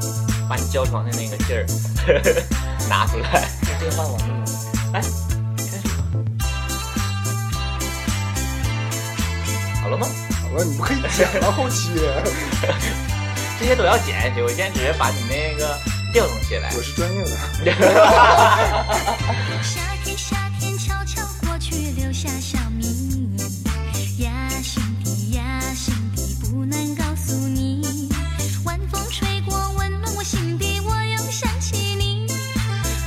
你胶床的那个信儿 拿出来。哎这话我们好了吗？好了，你不可以剪了后期。这些都要剪，我今天只是把你那个调动起来我。是专业的，夏天，夏天悄悄过去，留下小谜呀，心底呀，心底不能告诉你。晚风吹过，温暖我心底，我又想起你。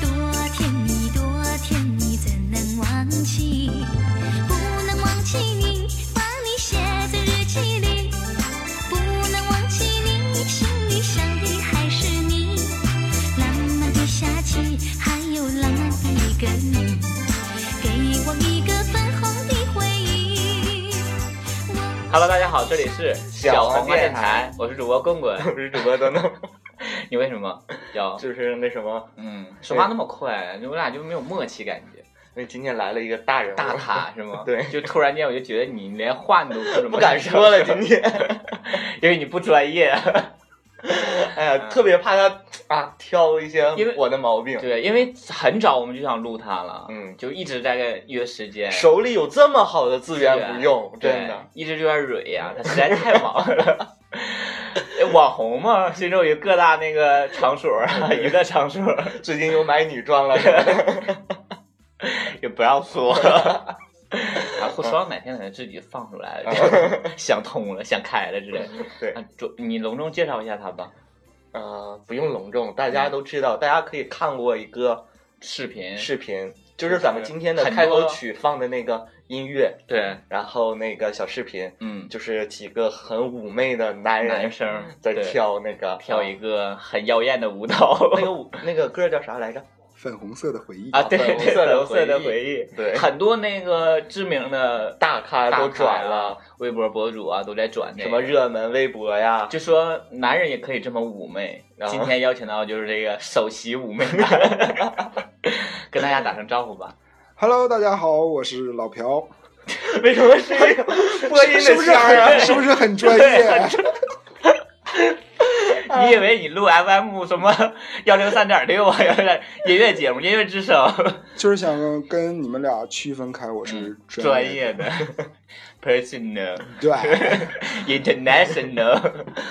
多甜蜜，多甜蜜，怎能忘记？不能忘记你，把你写在日记里。不能忘记你，心里想的还是你。浪漫的夏季，还有浪漫的一个你，给我一个粉红的回忆。 Hello，大家好，这里是小黄黄瓜电电台我是主播棍棍，我是主播东东。你为什么要就是那什么，嗯说话那么快？我俩就没有默契感觉。那今天来了一个大人物，大 咖是吗？对就突然间我就觉得你连话你都不怎么 不敢说了今天，因为你不专业。 哎呀，特别怕他啊挑一些因为我的毛病。对，因为很早我们就想录他了，嗯，就一直在跟约时间。手里有这么好的资源不用，对真的。，一直就在蕊呀、 他实在是太忙了。 网红嘛，现在有各大那个场所啊，娱乐场所最近又买女 装了，也不让 说。啊，不说哪天可能自己放出 来了，想通了，想开了之类的。对啊，就你隆重介绍一下他吧。呃，不用隆重，大家嗯都知道，大家可以看过一个视频视频，就是咱们今天的很多开头曲放的那个音乐，对，然后那个小视频，嗯，就是几个很妩媚的男男人生在对跳那个跳一个很妖艳的舞蹈，那个舞那个歌叫啥来着？粉红色的回 忆啊，对，粉对红色的粉红色的回忆回忆，对很多那个知名的大咖大都咖转呀了，，微博博主啊都在转这什个么热门微博呀，就说男人也可以这么妩媚。啊今天邀请到就是这个首席妩 媚男，跟大家打声招呼吧。 Hello，大家好，我是老朴，为什么是 一个播音是的不是腔儿很啊？是不是很 专业？你以为你录 FM 什么幺零三点六啊，幺零音乐节目、音乐之声，就是想跟你们俩区分开，我嗯是专业业的 personal 的，对， international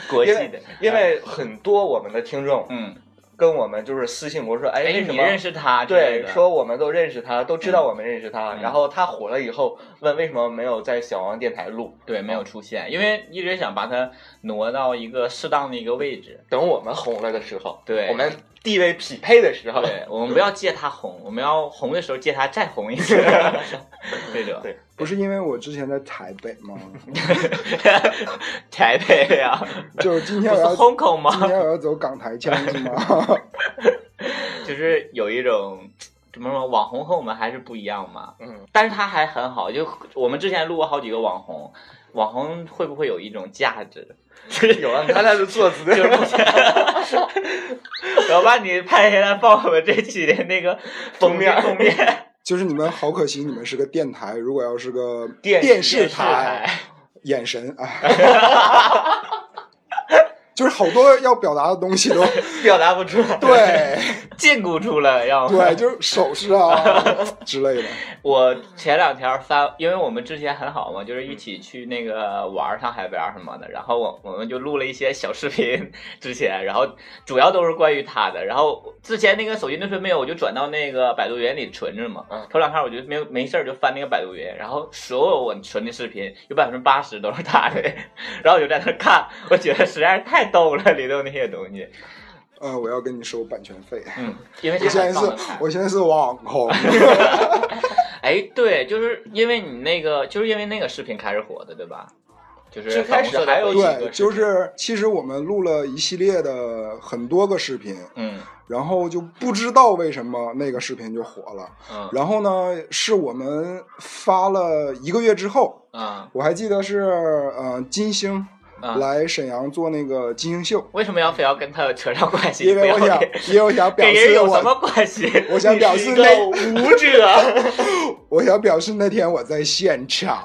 国际因为的，因为很多我们的听众嗯，跟我们就是私信我说，哎，哎，为什你么认识他之类对，的？说我们都认识他，都知道我们认识他。嗯然后他火了以后，问为什么没有在小王电台录？对，没有出现，因为一直想把它挪到一个适当的一个位置。等我们红了的时候，对我们地位匹配的时候，对，我们不要借他红，我们要红的时候借他再红一 次，这种。对不是因为我之前在台北吗？ 台北呀，就是今不天我是要 Hong Kong 今吗？天我要走港台腔是吗？ 就是有一种怎么说，网红和我们还是不一样嘛。嗯，但是他还很好，就我们之前录过好几个网红，网红会不会有一种价值？ 就是有了 啊 他那是坐姿，就是目前，我把你拍下来放我们这期的那个封面封面就是你们好可惜，你们是个电台，如果要是个电视台，，哎眼神啊。 就是好多要表达的东西 都 表达不出来。对禁锢住了，要么 对，就是手势啊之类的。我前两天翻，因为我们之前很好嘛，就是一起去那个玩儿上海边儿什么的，然后我我们就录了一些小视频，之前，然后主要都是关于他的，然后之前那个手机内存没有，我就转到那个百度云里存着嘛嗯，头两天我就没有没事儿就翻那个百度云，然后所有我存的视频有百分之八十都是他的， 然后我就在那儿看，我觉得实在是太逗了里头那些东西，呃，我要跟你收版权费。嗯，因为我他现在放得是开，我现在是网红，哎，对，就是因为你那个，就是因为那个视频开始火的，对吧？就是最开始粉红色的还有回忆几个对，就是其实我们录了一系列的很多个视频，嗯然后就不知道为什么那个视频就火了。嗯然后呢，是我们发了一个月之后，嗯我还记得是呃金星嗯，来沈阳做那个金星秀，为什么要非要跟他扯上关系？因为不我要想给，因为我想表给人示有什我，么关系？我想表示那，舞者，啊我想表示那天我在现场，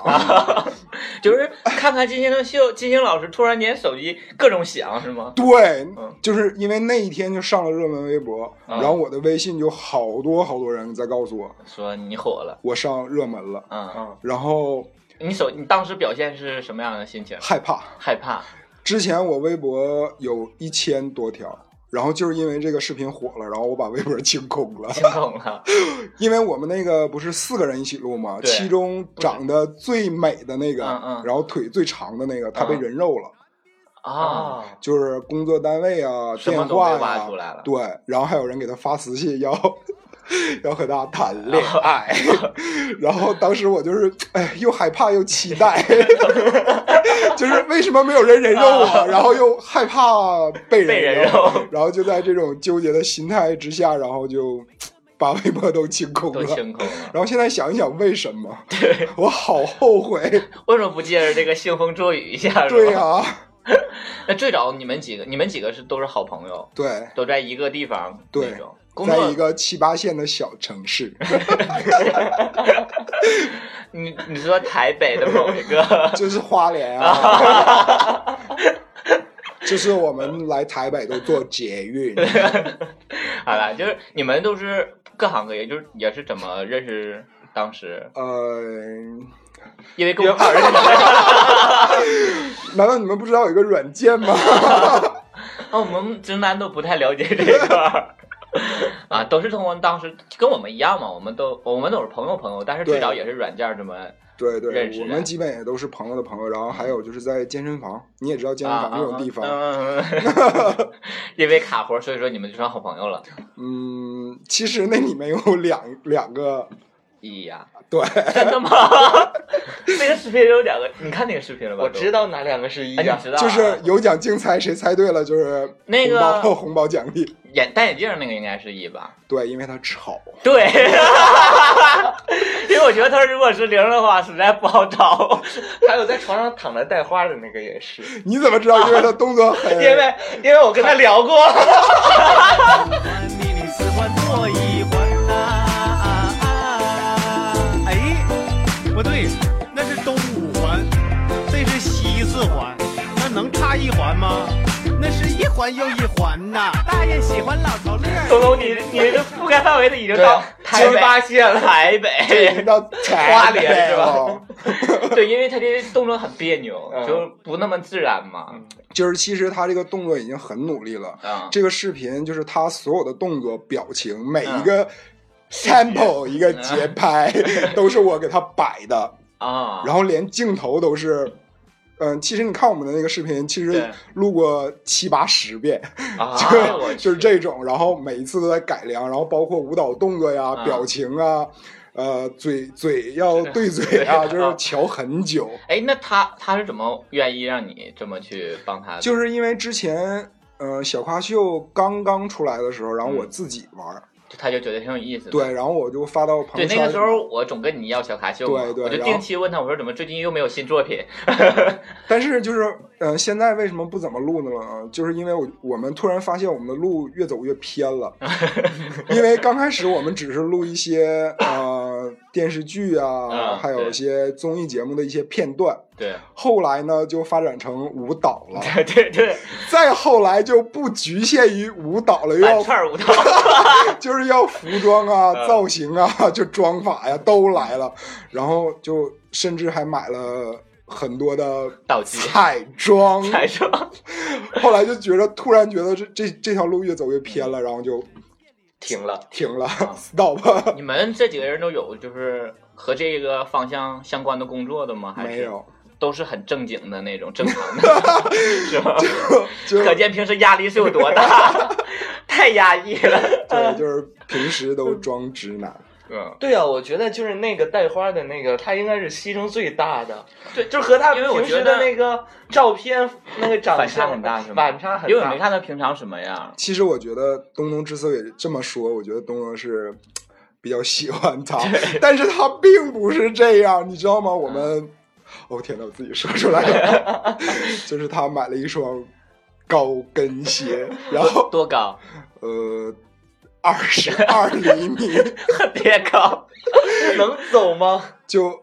就是看看金星的秀，金星老师突然间手机各种响是吗？对嗯，就是因为那一天就上了热门微博，嗯然后我的微信就好多好多人在告诉我说你火了，我上热门了，嗯，嗯，然后你手你当时表现是什么样的心情？害怕。害怕，之前我微博有一千多条，然后就是因为这个视频火了，然后我把微博清空了。 心痛了，因为我们那个不是四个人一起录吗？对其中长得最美的那个，嗯嗯然后腿最长的那个，他被嗯人肉了，啊，啊，就是工作单位啊、什么电都被话挖呀、出来了，对，然后还有人给他发私信要 要和他谈呃恋爱， 然后当时我就是哎又害怕又期待， 就是为什么没有人人肉我，然后又害怕被人被人肉然后就在这种纠结的心态之下，然后就把微博都清空都了。清空了。然后现在想一想，为什么？我好后悔。为什么不借着这个兴风作雨一下？对啊呀、呀、那最早你们几个，你们几个是都是好朋友，对，都在一个地方对那种工在作一。个七八线的小城市，你你说台北的某一 个 就是花莲啊，就是我们来台北都坐捷运，好了，就是你们都是各行各业，就是也是怎么认识？当时呃，因为跟我好认识，难道你们不知道有一个软 件吗？啊，我们直男都不太了解这一块儿。啊，都是通过当时跟我们一样嘛，我们都我们都是朋友朋友，但是最对早也是软件儿这么对认识的对，我们基本也都是朋友的朋友，然后还有就是在健身房，你也知道健身啊房这种地啊方，啊啊 啊因为卡活，所以说你们就成好朋友了。嗯，其实那里面有两两个，意义啊？对，真的吗？那个视频有两个，你看那个视频了吧？我知道，道哪两个是一哎，呀你，知道啊、就是有奖竞猜，谁猜对了就是那个红包 红包奖励，眼戴眼镜那个应该是一吧？对，因为它吵，对， 因为我觉得他如果是零的话，实在不好找，还有在床上躺着带花的那个也是。 你怎么知道？因为它动作很，因为因为我跟他聊过。欢迷你四环做一环呐、啊啊哎，不对，那是东五环，这是西四环，那能差一环吗？那是一环又一环呐、大爷喜欢老头乐儿。彤彤，你你的覆盖范围都已经到台七八北。线了，台这已经北，到花莲是吧哦 对，因为他这动作很别扭，嗯就不那么自然嘛。就是其实他这个动作已经很努力了。嗯，这个视频就是他所有的动作、表情，每嗯一个 tempo、一个节拍都是我给他摆的，啊，然后连镜头都是。嗯，其实你看我们的那个视频，其实对录过七八十遍，啊，我就去就是这种，然后每一次都在改良，然后包括舞蹈动作呀、嗯表情啊，呃，嘴嘴要对 嘴啊，就是瞧很久。哎，那他他是怎么愿意让你这么去帮他？就是因为之前，呃，小夸秀刚刚出来的时候，然后嗯我自己玩儿，就他就觉得挺有意思的。对，然后我就发到朋对，友圈。那个时候我总跟你要小卡秀嘛，对对我就然后定期问他，我说怎么最近又没有新作品？ 但是就是，呃，现在为什么不怎么录呢？呃就是因为我我们突然发现我们的路越走越偏 了，因为刚开始我们只是录一些呃电视剧啊，嗯还有一些综艺节目的一些片段。对后来呢，就发展成舞蹈了，对对对，再后来就不局限于舞蹈了，又要反串 舞蹈，就是要服装啊、嗯造型啊、就妆法呀、都来了，然后就甚至还买了很多的道 具彩妆。才说后来就觉得，突然觉得这这这条路越走越偏了，然后就停了。停了哦 ，stop。你们这几个人都有就是和这个方向相关的工作的吗？还是没，有， 都是很正经的那种正常的，是吧？就可见平时压力是有多大， 太压抑 了。对，就是平时都装直男。嗯，对啊，我觉得就是那个带花的那个，他应该是牺牲最大的，对，就是和他因为我平觉时得的那个照片那个长反相差很大是吗？反差很大。因为我没看他平常什么样。其实我觉得东东之所以这么说，我觉得东东是嘖比较喜欢他，但是他并不是这样，你知道吗？我嗯们，哦天呐，我自己说出 来了，就是他买了一双高跟鞋，然后多高？ 呃，二十二厘米，特别高。能走吗？就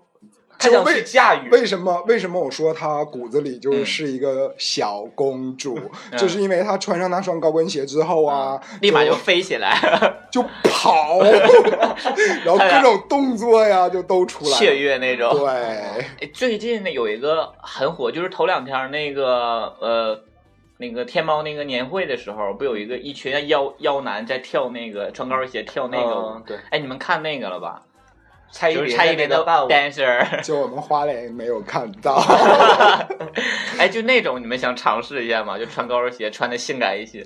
她想去驾哎驭。为什么？为什么我说她骨子里嗯就是一个小公主？就是因为她穿上那双高跟鞋之后啊，嗯立马就就飞起 来，就 跑，然后哎各种动作呀就都出来雀了。跃那种。对，哎最近呢有一个很火，就是头两天那个呃。那个天猫那个年会的时候，不有一个一群妖妖男在跳那个穿高跟鞋跳那个舞嗯？对，哎，你们看那个了吧？蔡依就是林蔡依的那林个的伴舞， dancer，就我们花莲没有看到。 哎，就那种你们想尝试一下吗？就穿高跟鞋，穿的性感一些，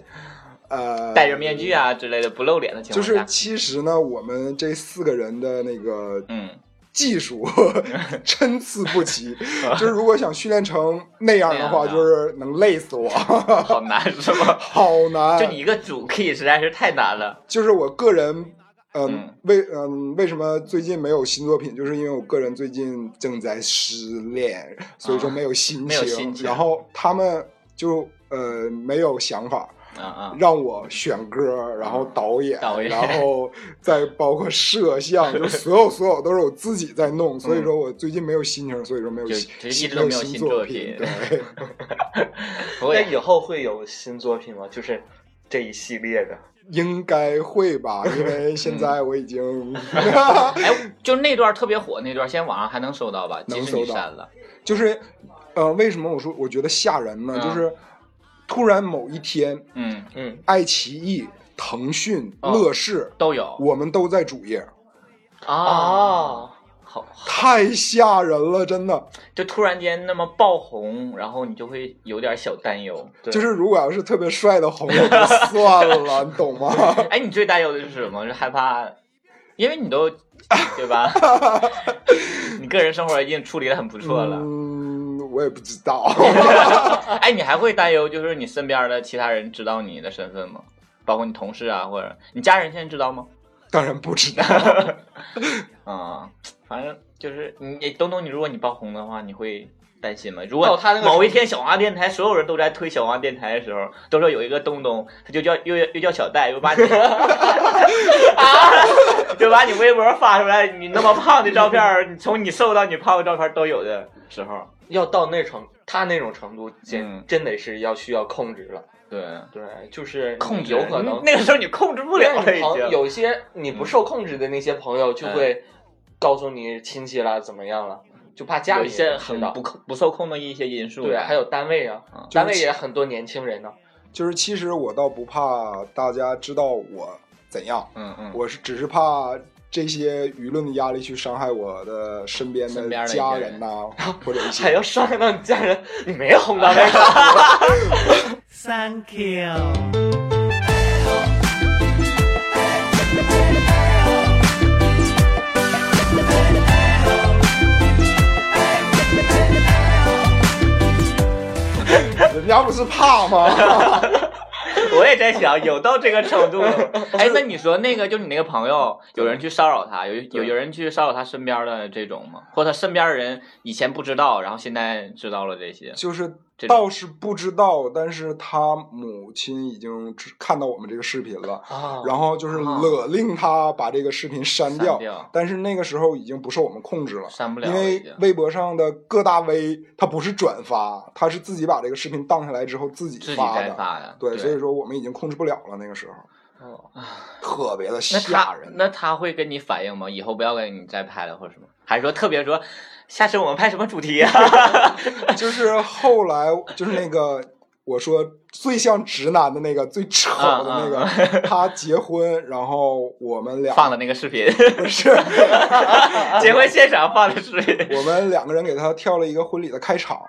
呃，戴着面具啊之类的，不露脸的情就况是下，其实呢，我们这四个人的那个嗯，技 术参差不齐，就是如果想训练成那样的那话，样的啊就是能累死我，好难是吗？ 好难。就你一个主 key 实在是太难了，就是我个人，嗯嗯，为嗯为什么最近没有新作品，就是因为我个人最近正在失恋，所以说没有心啊没情。有心情然后他们就呃没有想法，啊啊，让我选歌，然后导演，导演然后再包括摄像， 就所有所有都是我自己在弄，所以说我最近没有心情，所以说没有嗯就新就一直都没有新新作作品 对，不那会以后会有新作品吗？就是这一系列的，应该会吧，因为嗯现在我 已经 哎，就是那段特别火那段，现在网上还能搜到吧？能即使你搜到删了，就是呃，为什么我说我觉得吓人呢？嗯就是突然某一天，嗯，嗯，爱奇艺、腾讯、嗯乐视，都有我们都在主页，啊，哦，好，太吓人了，真的。就突然间那么爆红，然后你就会有点小担忧。对就是如果要是特别帅的红人就算 了，你懂吗？哎，你最担忧的是什么？是害怕，因为你都对 吧？你个人生活已经处理的很不错了。嗯，我也不知道。嗯哎，你还会担忧就是你身边的其他人知道你的身份吗？包括你同事啊，或者你家人现在知道吗？当然不知道，啊、反正就是你你东东，你如果你爆红的话，你会担心吗？如到果哦他那个某一程天小黄电台所有人都在推小黄电台的时候，都说有一个东东，他就叫又又叫小戴，又 把你啊， 就把你微博发出来，你那么胖的照片儿，你从你瘦到你胖的照片儿都有的时候， 要到那程，他那种程度，真、嗯真得是要需要控制了。对，对，就是控制有可能 那个时候你控制不了了对已你朋经。嗯有些你不受控制的那些朋友就会告诉你亲戚啦，怎么样了，就怕家有里一些人知很道不。控不受控的一些因素，对，还有单位啊嗯，单位也很多年轻人呢。就是其实我倒不怕大家知道我怎样，嗯嗯，我是只是怕这些舆论的压力去伤害我的身边身的边的一些家人 呐、或者一还些。要伤害到你家人，你没红到那 个。 Thank you。人家不是怕吗？ 我也在想，有到这个程 度了。哎，那你说那个，就你那个朋友，有人去骚扰他，有有有人去骚扰他身边的这种吗？或者他身边的人以前不知道，然后现在知道了这些？就是这种倒是不知道，但是他母亲已经知看到我们这个视频了，啊然后就是勒令他把这个视频删掉删掉，但是那个时候已经不受我们控制了。删不了因了已为经。微博上的各大 V，他不是转发，他是自己把这个视频荡下来之后自己自己发在的。发呀，对，所以说说我们已经控制不了了。那个时候特别的哦那吓他人。那他会跟你反映吗？以后不要跟你再拍了，或者什么？还是说特别说，下次我们拍什么主题啊？就是后来就是那个我说最像直男的那个最丑的那嗯个， 他结婚，然后我们俩 放的那个视频，不是 结婚现场放的视频我们两个人给他跳了一个婚礼的开场。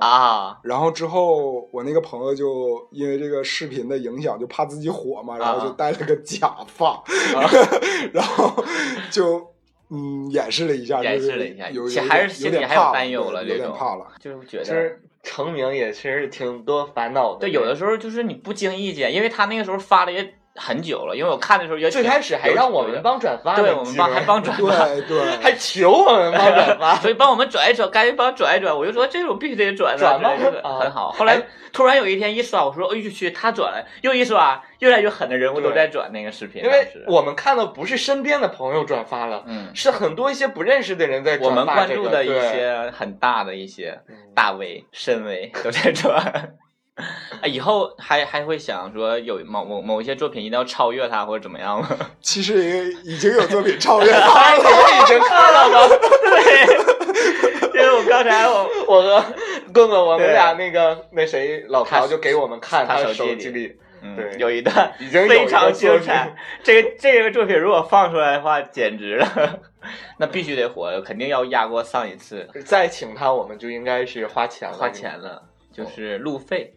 啊然后之后，我那个朋友就因为这个视频的影响，就怕自己火嘛，然后啊就戴了个假发， 然后就嗯演示了一下，演示就是了一下有其有实还点是有心里点还有怕担忧对了有这点种 怕了。就是觉就得是成名也是挺多烦恼的。对，有的时候就是你不经意间，因为他那个时候发了一些很久了，因为我看的时候觉得最挺开始还让我们帮转发呢，对我们帮还帮转发，，对对，还求我们帮转发 所以帮我们转一转，赶紧帮我转一转。我就说这种必须得转啊转吧之类的啊很好。后来哎突然有一天一刷，我说哎呦去，他转了，又一刷，越来越狠的人物都在转那个视频，因为当时我们看到不是身边的朋友转发了，嗯，是很多一些不认识的人在我们转发关这个注的一对些很大的一些嗯大 V、深 V 都在转。 哎以后还还会想说有某某某一些作品一定要超越它或者怎么 样吗？ 其实也已经有作品超越他哎， 我已经看到了。对，因为我刚才我我和棍棍，我们对俩那个那谁老他曹就给我们看他他手手机机里里，嗯对有一段已经有非一常个作精品彩。这个这个作品如果放出来的话，简直了， 那必须得火，肯定要压过上一次，再请他，我们就应该是花钱了，花钱了，哦就是路费，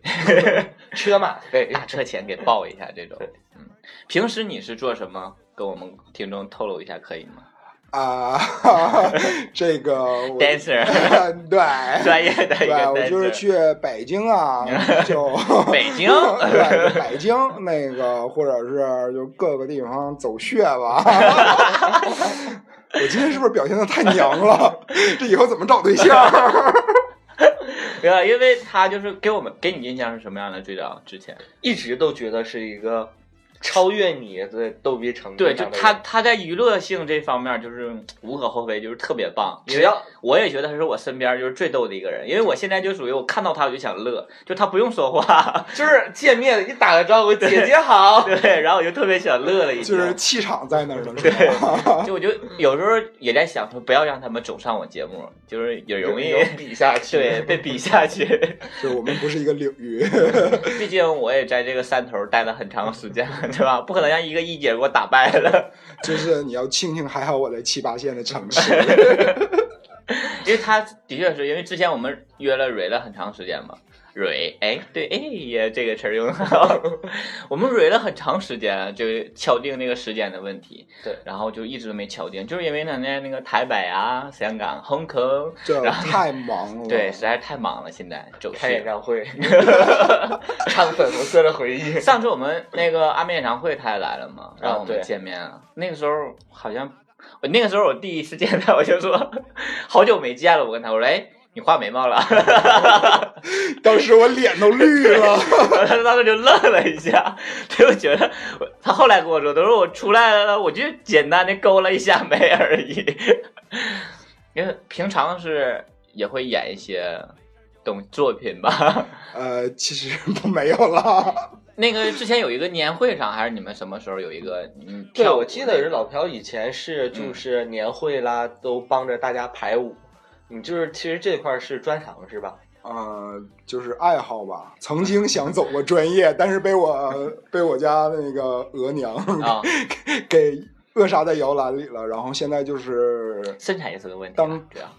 车马 费。大车钱给报一下这种。嗯，平时你是做什么？跟我们听众透露一下可以吗啊， 这个我？Dancer， 对专业的一对，个啊 dancer。我就是去北 京啊，就北 京对北京那个，或者是就各个地方走穴吧。 我今天是不是表现的太娘了？这以后怎么找对象？ 对啊，因为他就是给我们给你印象是什么样的？最早之前，一直都觉得是一个超越你的逗逼程度对，上的就人。他他在娱乐性这方面就是无可厚非，就是特别棒。因为只要我也觉得他是我身边就是最逗的一个人，因为我现在就属于我看到他我就想乐，就他不用说话， 就是见面一打个招呼，姐姐好，对，然后我就特别想乐了一就下是气场在那儿呢，对是吧？就我就有时候也在想说，不要让他们总上我节目，就是也容易有比下去。对被比下去。 就是我们不是一个领域。毕竟我也在这个山头待了很长时间，对吧？不可能让一个一姐给我打败了，就是你要庆幸，还好我在七八线的城市。 因为他的确是因为之前我们约了蕊了很长时间嘛。蕊，哎，对，哎呀，这个词儿用得 好。我们蕊了很长时间，就是敲定那个时间的问题。对然后就一直没敲定，就是因为呢，在那个台北啊、香港、Hong Kong，这然后太忙了。对，实在是太忙了，现在走开演心。唱会，唱粉红色的回忆。上次我们那个阿妹演唱会，他也来了嘛，然后我们啊对见面了。那个时候好像，我那个时候我第一次见他，我就说 好久没见了，我跟他我说，哎，你画眉毛了，当时我脸都绿了。然后 他当时就愣了一下，他就觉得我他后来跟我说，他说我出来了，我就简单的勾了一下眉而已， 因为平常是也会演一些东作品吧。 呃，其实 没有了。那个之前有一个年会上，还是你们什么时候有一个嗯对，跳舞嗯我记得是老朴以前是就是年会啦，都帮着大家排舞。你就是其实这块儿是专长是吧？ 呃，就是爱好吧。曾经想走过专业，但是被我被我家那个额娘 啊，给扼杀在摇篮里了。然后现在就是身材也是个问题啊吧，当主要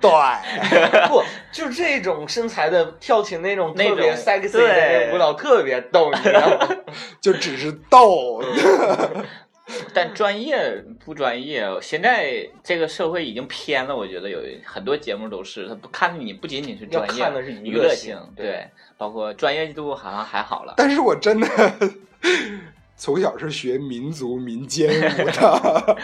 对，不，就是这种身材的跳起那种那特别种 sexy 的对那个舞蹈特别逗，你 知道吗？ 就只是逗。 嗯但专业不专业，现在这个社会已经偏了。我觉得有很多节目都是，他不看你不仅仅是专业，要看的是娱娱乐乐性性，对对包括专业度好像还 好了。但是我真的从小是学民族民间舞的，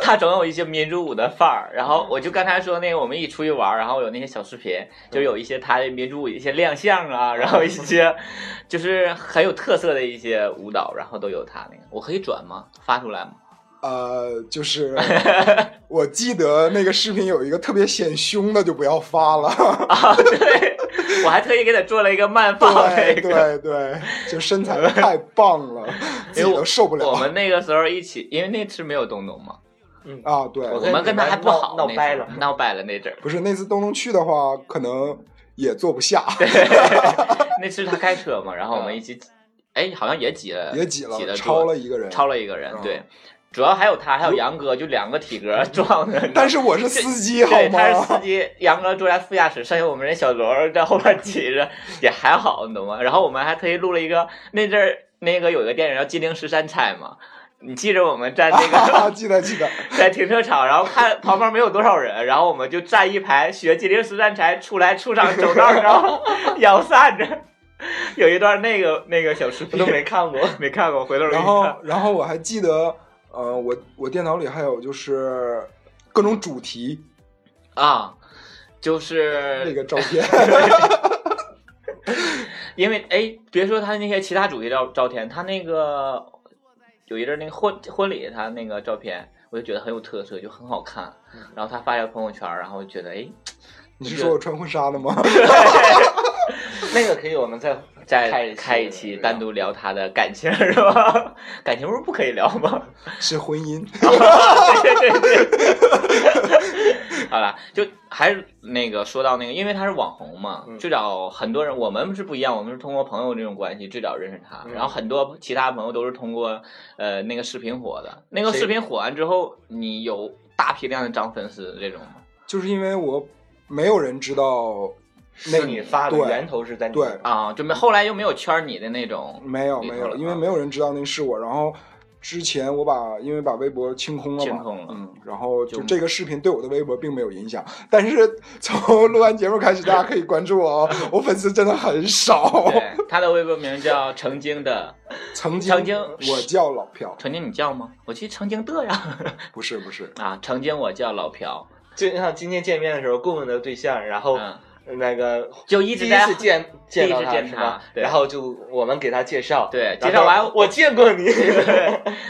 他总有一些民族舞的范儿。然嗯后我就刚才说那个，我们一起出去玩儿，然后有那些小视频，就有一些他的民族舞一些亮相啊，嗯然后一些就是很有特色的一些舞蹈，然后都有他那个。我可以转吗？发出来吗？呃，就是我记得那个视频有一个特别显胸的，就不要发了。啊，对，我还特意给他做了一个慢 放那对个。对对， 就身材太棒 了，自己都受不我了们那个时候一起，因为那次没有东东嘛，啊！对，我我们跟他还不好，那闹闹掰阵儿了闹掰了那阵儿。不是那次东东去的话，可能也坐不下，那次他开车嘛，然后我嗯们一起，哎，好像也挤了，也挤挤了，了超多了一个人。超了一个人，嗯对。主要还有他，还有杨哥，就两个体格撞的。但是我是司机好 对，他是 司吗？机，杨哥坐在副驾驶，剩下我们人小罗儿在后边骑着，也还好，你懂吗？然后我们还特意录了一个那阵儿那个有一个电影叫《金陵十三钗》嘛，你记着我们在那个 记得记得， 在停车场，然后看旁边没有多少人，然后我 们就站一排学吉林十三钗出来出场走道，然后摇扇子，有一段那个那个小视我频都没看过。没看过，回头我给然你后看。，然后我还记得，呃，我我电脑里还有就是各种主题啊，就那是个照 片，因为哎，别说他那些其他主题照照片，他那个有一阵儿那个婚婚礼他那个照片，我就觉得很有特色，就很好看。嗯然后他发一个朋友圈儿，然后就觉得哎， 你是说我穿婚纱的吗？那个可以，我们再开再一开一期期单独聊他的感情是 吧？感情不是不可以聊吗？ 是婚姻，对对 对对。好了，就还是那个说到那个，因为他是网红嘛，嗯最早很多人我们是不一样，我们是通过朋友这种关系最早认识他，嗯然后很多其他朋友都是通过呃那个视频火的。那个谁视频火完之后，你有大批量的涨粉丝这种吗？就是因为我没有人知道，那是你发的对源头是在你对啊，就没后来又没有圈你的那种没有里没头有，了因为啊没有人知道那是我。然后之前我把因为把微博清空了嘛，清空了嗯，然后就就这个视频对我的微博并没有影响。但是从录完节目开始，大家可以关 注我哦，我粉丝真的很少。对，他的微博名叫曾经的，曾经曾经我叫老朴，曾经你叫吗？我记得曾经的呀，不是不是，啊，曾经我叫老朴，就像今天见面的时候，棍棍的对象，然后嗯，那个就一第直一在次见第一见次到他见是他吧？对然后就我们给他介 绍，对然后介绍完我见 过你，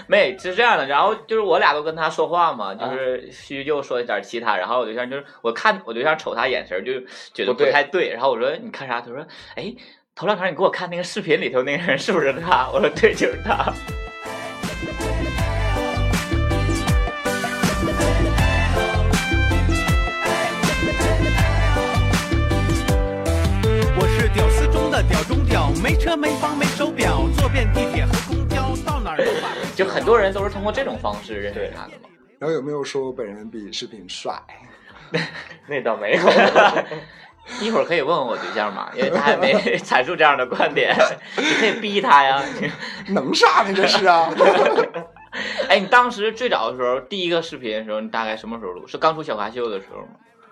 没是这样的，然后就是我俩都跟他说话嘛，啊就是虚就说点其他，然后我对象就是我看我对象瞅他眼神就觉得不对太对，然后我说你看啥？他说哎，头两天你给我看那个视频里头那个人是不是他？ 我说对，就是他。我是屌丝中的屌中屌，没车没房没手表，坐遍地铁和公交，到哪儿都把。就很多人都是通过这种方式认识他的嘛。然后有没有说我本人比视频帅？那倒没有， 一会儿可以问问我对象嘛，因为他还没 阐述这样的观点， 你可以逼他呀。能啥呢？这 是啊，哎，你当时最早的时候，第一个视频的时候，你大概什么时候录？是刚出小咖秀的时候吗？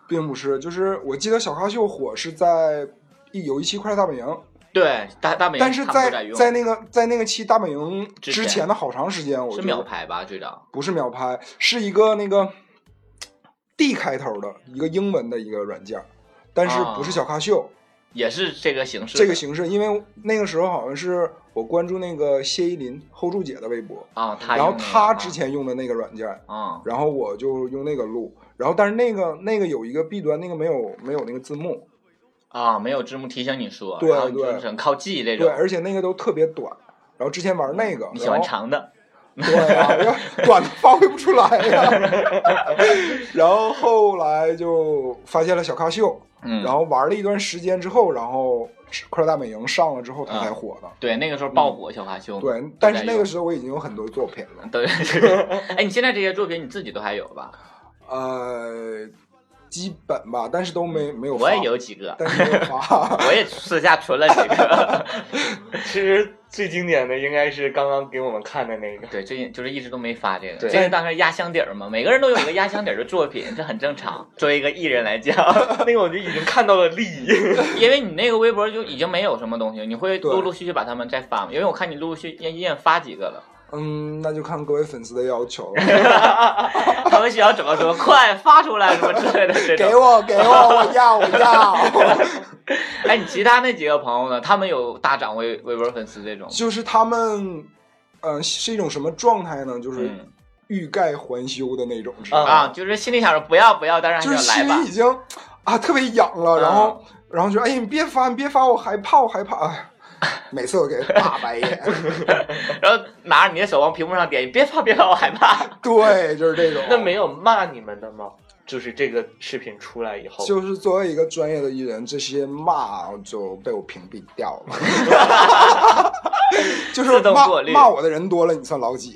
并不是，就是我记得小咖秀火是在一有一期《快乐大本营》，对，大大美人但是他们都在用在那个在那个期大本营之之前前的好长时间，我是就秒拍吧，最早。不是秒拍，是一个那个 D 开头的一个英文的一个软件，但是不是小咖秀、也啊是这个形式的，这个形式，因为那个时候好像是我关注那个谢依霖 hold 住姐的微博，啊，他然后用那个她之前用的那个软件，啊，然后我就用那个录，然后但是那个那个有一个弊端，那个没有没有那个字幕，啊，没有字幕提醒你说，对然后你对就是很靠记这对，种，而且那个都特别短。然后之前玩那个，你喜欢然后长的，对啊，我 短的发挥不出来呀、 然后后来就发现了小咖秀，嗯，然后玩了一段时间之后，然后是《快乐大本营》上了之后，它才火的。对那个时候爆嗯火小花秀，对，但是那个时时候我已经有很多作品了，对， 对哎，你现在这些作品你自己都还有吧？呃，基本吧，但是都没没有发。我也有，几个，但是没有 发。我也私下存了几个，其实最经典的应该是刚刚给我们看的那个，对，最近就是一直都没发这个，对这是当成压箱底儿嘛，每个人都有一个压箱底儿的作品，这很正常。作为一个艺人来讲， 那个我就已经看到了利益， 因为你那个微博就已经没有什么东西，你会对陆陆续续把它们再发吗？因为我看你陆陆续续一人发几个了。嗯，那就看各位粉丝的要求了， 他们需要怎么说？快发出来什么之类的这给种。我，给我，我要，我 要。哎，你其他那几个朋友呢？他们有大涨微微博粉丝这种吗？就是他们，呃，是一种什么状态呢？就是嗯欲盖还休的那种，是吧啊啊，就是心里想着不要不要，但是就还是是要来心吧嗯里已。经啊特别痒了，然后、然后就哎你别发你别发，我害怕我害怕，哎，每次我给他大白眼， 然后拿着你的手往屏幕上点，别怕别怕，我害怕。对，就是这种。 那没有骂你们的吗？就是这个视频出来以后，就是作为一个专业的艺人，这些骂就被我屏蔽掉了。 就是自动骂过滤骂我的人多了，你算 老几？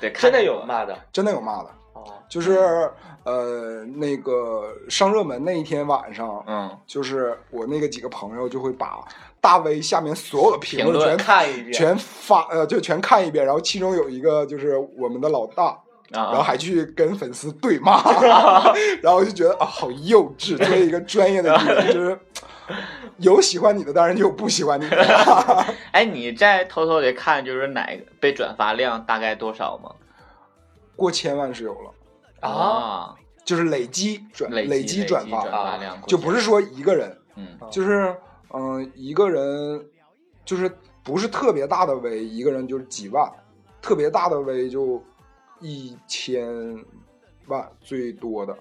对，看真的有骂的真的有骂的，哦，就是呃那个上热门那一天晚上，嗯，就是我那个几个朋友就会把大 V 下面所有的评评论啊全看一遍，全发呃就全看一遍，然后其中有一个就是我们的老大，然后啊，还去跟粉丝对骂， 然后就觉得啊好幼稚，作为一个专业的艺人，就是有喜欢你的，当然就有不喜欢你 的。哎，你再偷偷的看，就是哪个被转发量大概多少吗？过千万是有了，啊，啊，就是累积转累累积转发，啊转发量就不是说一个人，嗯就是嗯、一个人就是不是特别大的 V，一个人就是几万，特别大的 V 就一千万最多的，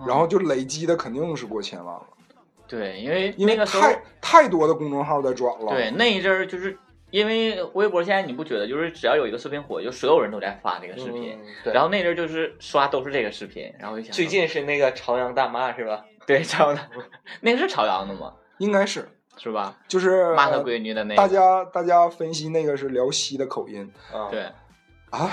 啊然后就累积的肯定是过千万了，对，因为因为那个时候太太多的公众号在转了，对，那一阵儿就是因为微博，现在你不觉得就是只要有一个视频火，就所有人都在发这个视频。嗯，对。然后那阵儿就是刷都是这个视频，然后我就想最近是那个朝阳大妈是吧？对朝阳，那个是朝阳的吗？应该是是吧？就是骂他闺女的那个，呃大家大家分析那个是辽西的 口音啊，对，啊，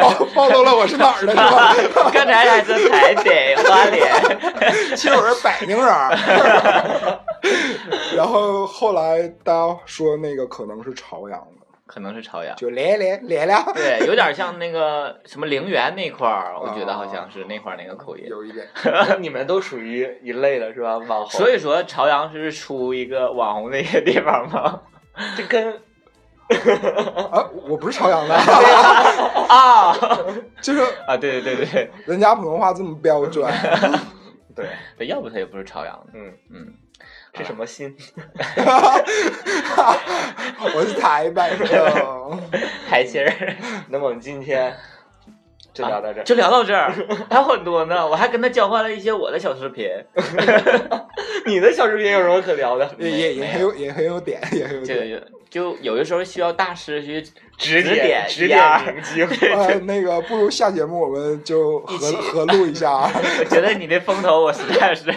暴暴露了我是哪儿的是吧？刚才还是台北花莲， 其实我是北京人儿。 然后后来大家说那个可能是朝阳的， 可能是朝阳。就来来来了，对，有点像那个什么陵园那块儿，我觉得啊哦好像是那块儿那个口音。有一点。嗯 你们都属于一类的是吧？网红，所以说，朝阳是出一个网红的一个地方 吗？这跟啊，我不是朝阳的， 啊就是啊，对对对对人家普通话这么标 准。对，对，要不他也不是朝阳的。嗯，嗯，是什么心？ 我是台北的，台阶儿。啊那么我们今天 就聊到这儿。就聊到这儿，还有很多呢。我还跟他交换了一些我的小视频，你的小视频有什么可聊 的？ 也也也很有也很有点，也很有就点。有就有的时候需要大师去指点点指一二明 基会。呃，那个不如下节目我们就一合起合录一下 啊，我觉得你这风头我实在 是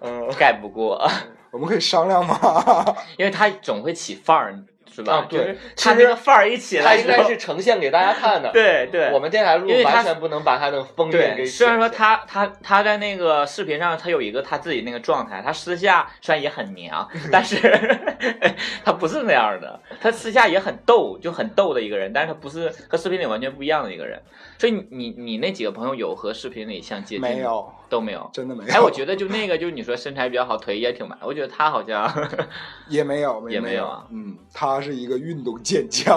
嗯，盖不过，我们可以商量吗？因为他总会起范儿，是吧？啊对就是他其实那个范儿一起它来应之后，该是呈现给大家看的。对对，我们电台录因为它完全不能把它的封面给对。虽然说显他他他在那个视频上，他有一个他自己那个状态，他私下虽然也很 娘，但是他不是那样的，他私下也很逗，就很逗的一个人，但是他不是和视频里完全不一样的一个人。所以你你你那几个朋友有和视频里相接近？没，有，都没有。真的没有。哎，我觉得就那个，就是你说身材比较好，腿也挺白，我觉得他好像 也没有，也没没有啊嗯，他是一个运动健 将，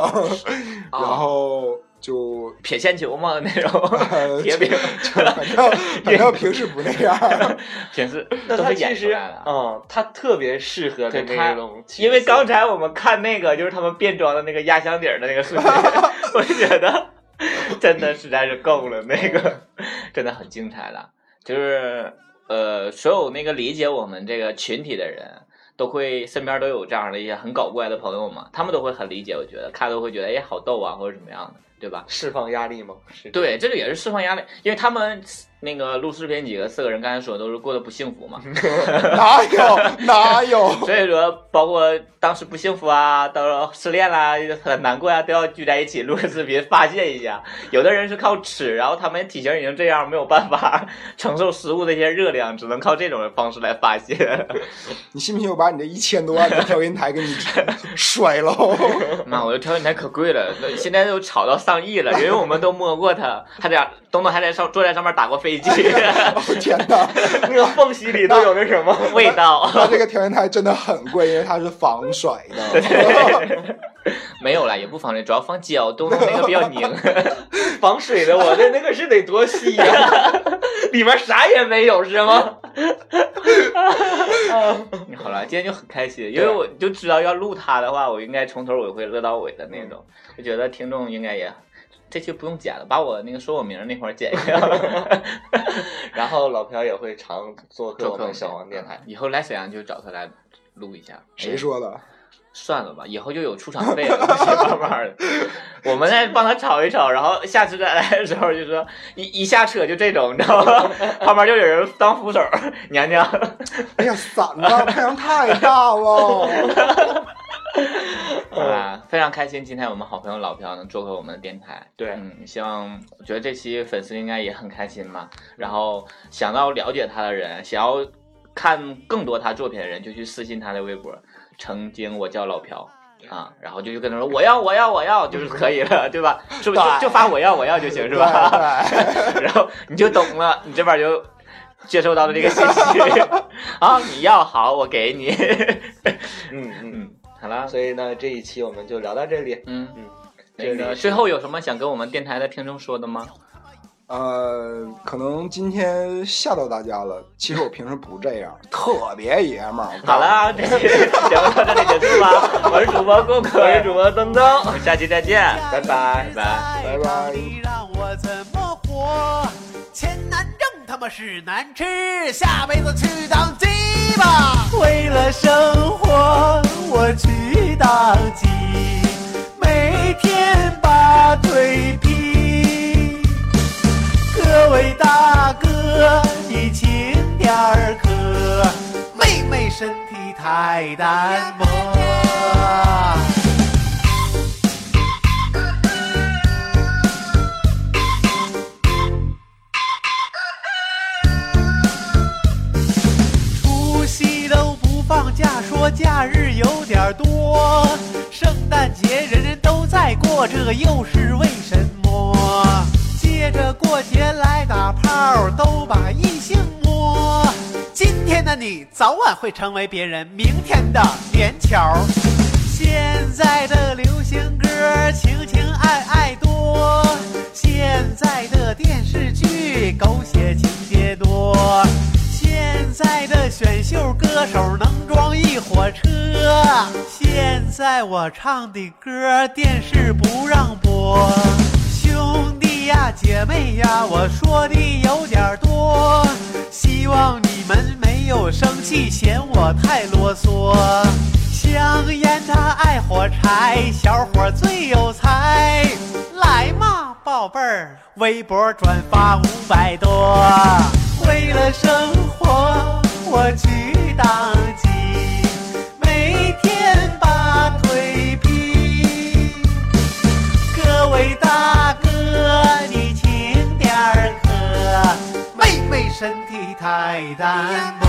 然后就撇铅球嘛那种 呃，铁饼就，就反正反正平时不那 样。平时那都他是其演出实，来的。啊嗯，他特别适合的对它那种角色，因为刚才我们看那个，就是他们变装的那个压箱底儿的那个视频，我就觉得真的实在是够了，那个真的很精彩了。就是呃，所有那个理解我们这个群体的人，都会身边都有这样的一些很搞怪的朋友嘛，他们都会很理解，我觉得看都会觉得哎好逗啊，或者怎么样的，对吧？释放压力嘛，是这样，对，这个也是释放压力，因为他们那个录视频几个四个人，刚才说都是过得不幸福嘛，哪有哪 有？所以说，包括当时不幸福啊，到时候失恋啦、很难过啊，都要聚在一起录个视频发泄一下。有的人是靠吃，然后他们体型已经这样，没有办法承受食物的一些热量，只能靠这种方式来发泄。你信不信我把你这一千多万的调音台给你摔 了？哦妈，我这调音台可贵了，那现在都炒到上亿了，因为我们都摸过它，还在东东还在上坐在上面打过飞机，我天哪！ 那个缝隙里都有那什么，味道。 它这个调音台真的很贵，因为它是防摔 的。对没有啦，也不防水，主要放胶，东东那个比较拧。 防水的，我的那个是得多细呀，里面啥也没有是吗？嗯好了，今天就很开心，因为我就知道要录它的话，我应该从头我会乐到尾的嗯那种。我觉得听众应该也，这期不用剪了，把我那个说我名儿那块儿剪 一下。 然后老朴也会常做客做我客们小黄电台，，嗯以后来沈阳就找他来录一下。谁说的？算了吧，以后就有出场费了，慢慢的，我们再帮他吵一吵，然后下次再来的时候就说一一下车就这种，你知道吗？旁边就有人当扶手，娘娘。哎呀，伞呐，太阳太大了。啊，非常开心，今天我们好朋友老朴能做客我们的电台。对嗯，希望我觉得这期粉丝应该也很开心吧。然后想要了解他的人，想要看更多他作品的人，就去私信他的微博。曾经我叫老朴啊，然后就去跟他说我要我要我要，就是可以了，对吧？ 是不是就对 就发我要我要就行是吧？然后你就懂了，你这边就接收到的这个信息啊，你要好，我给你。 嗯嗯。嗯，好了，所以呢，这一期我们就聊到这里。嗯嗯，这那里个是最后有什么想跟我们电台的听众说的吗？呃，可能今天吓到大家了。其实我平时不这样，特别爷们儿。 好 了，这期节目到这里结束了。我是主播顾可，我是主播登登，我们下期再见，拜拜拜拜。拜拜你让我怎么活？钱难挣，他妈屎难吃，下辈子去当鸡吧。为了生活，我去当鸡，每天把腿劈。各位大哥，你轻点儿磕，妹妹身体太单薄。除夕都不放假，说假日有点多。圣诞节人人都在过，这又是为什么？接着过节来打炮，都把异性摸。今天的你早晚会成为别人明天的连桥。现在的流行歌情情爱爱多，现在的电视剧狗血情节多，现在的选秀歌手能装一火车。现在我唱的歌电视不让播，兄弟呀姐妹呀，我说的有点儿多，希望你们没有生气，嫌我太啰嗦。香烟它爱火柴，小伙最有才。来嘛，宝贝儿，微博转发五百多。为了生活，我去当鸡，每天把腿劈。各位大哥，你轻点儿磕，妹妹身体太单薄。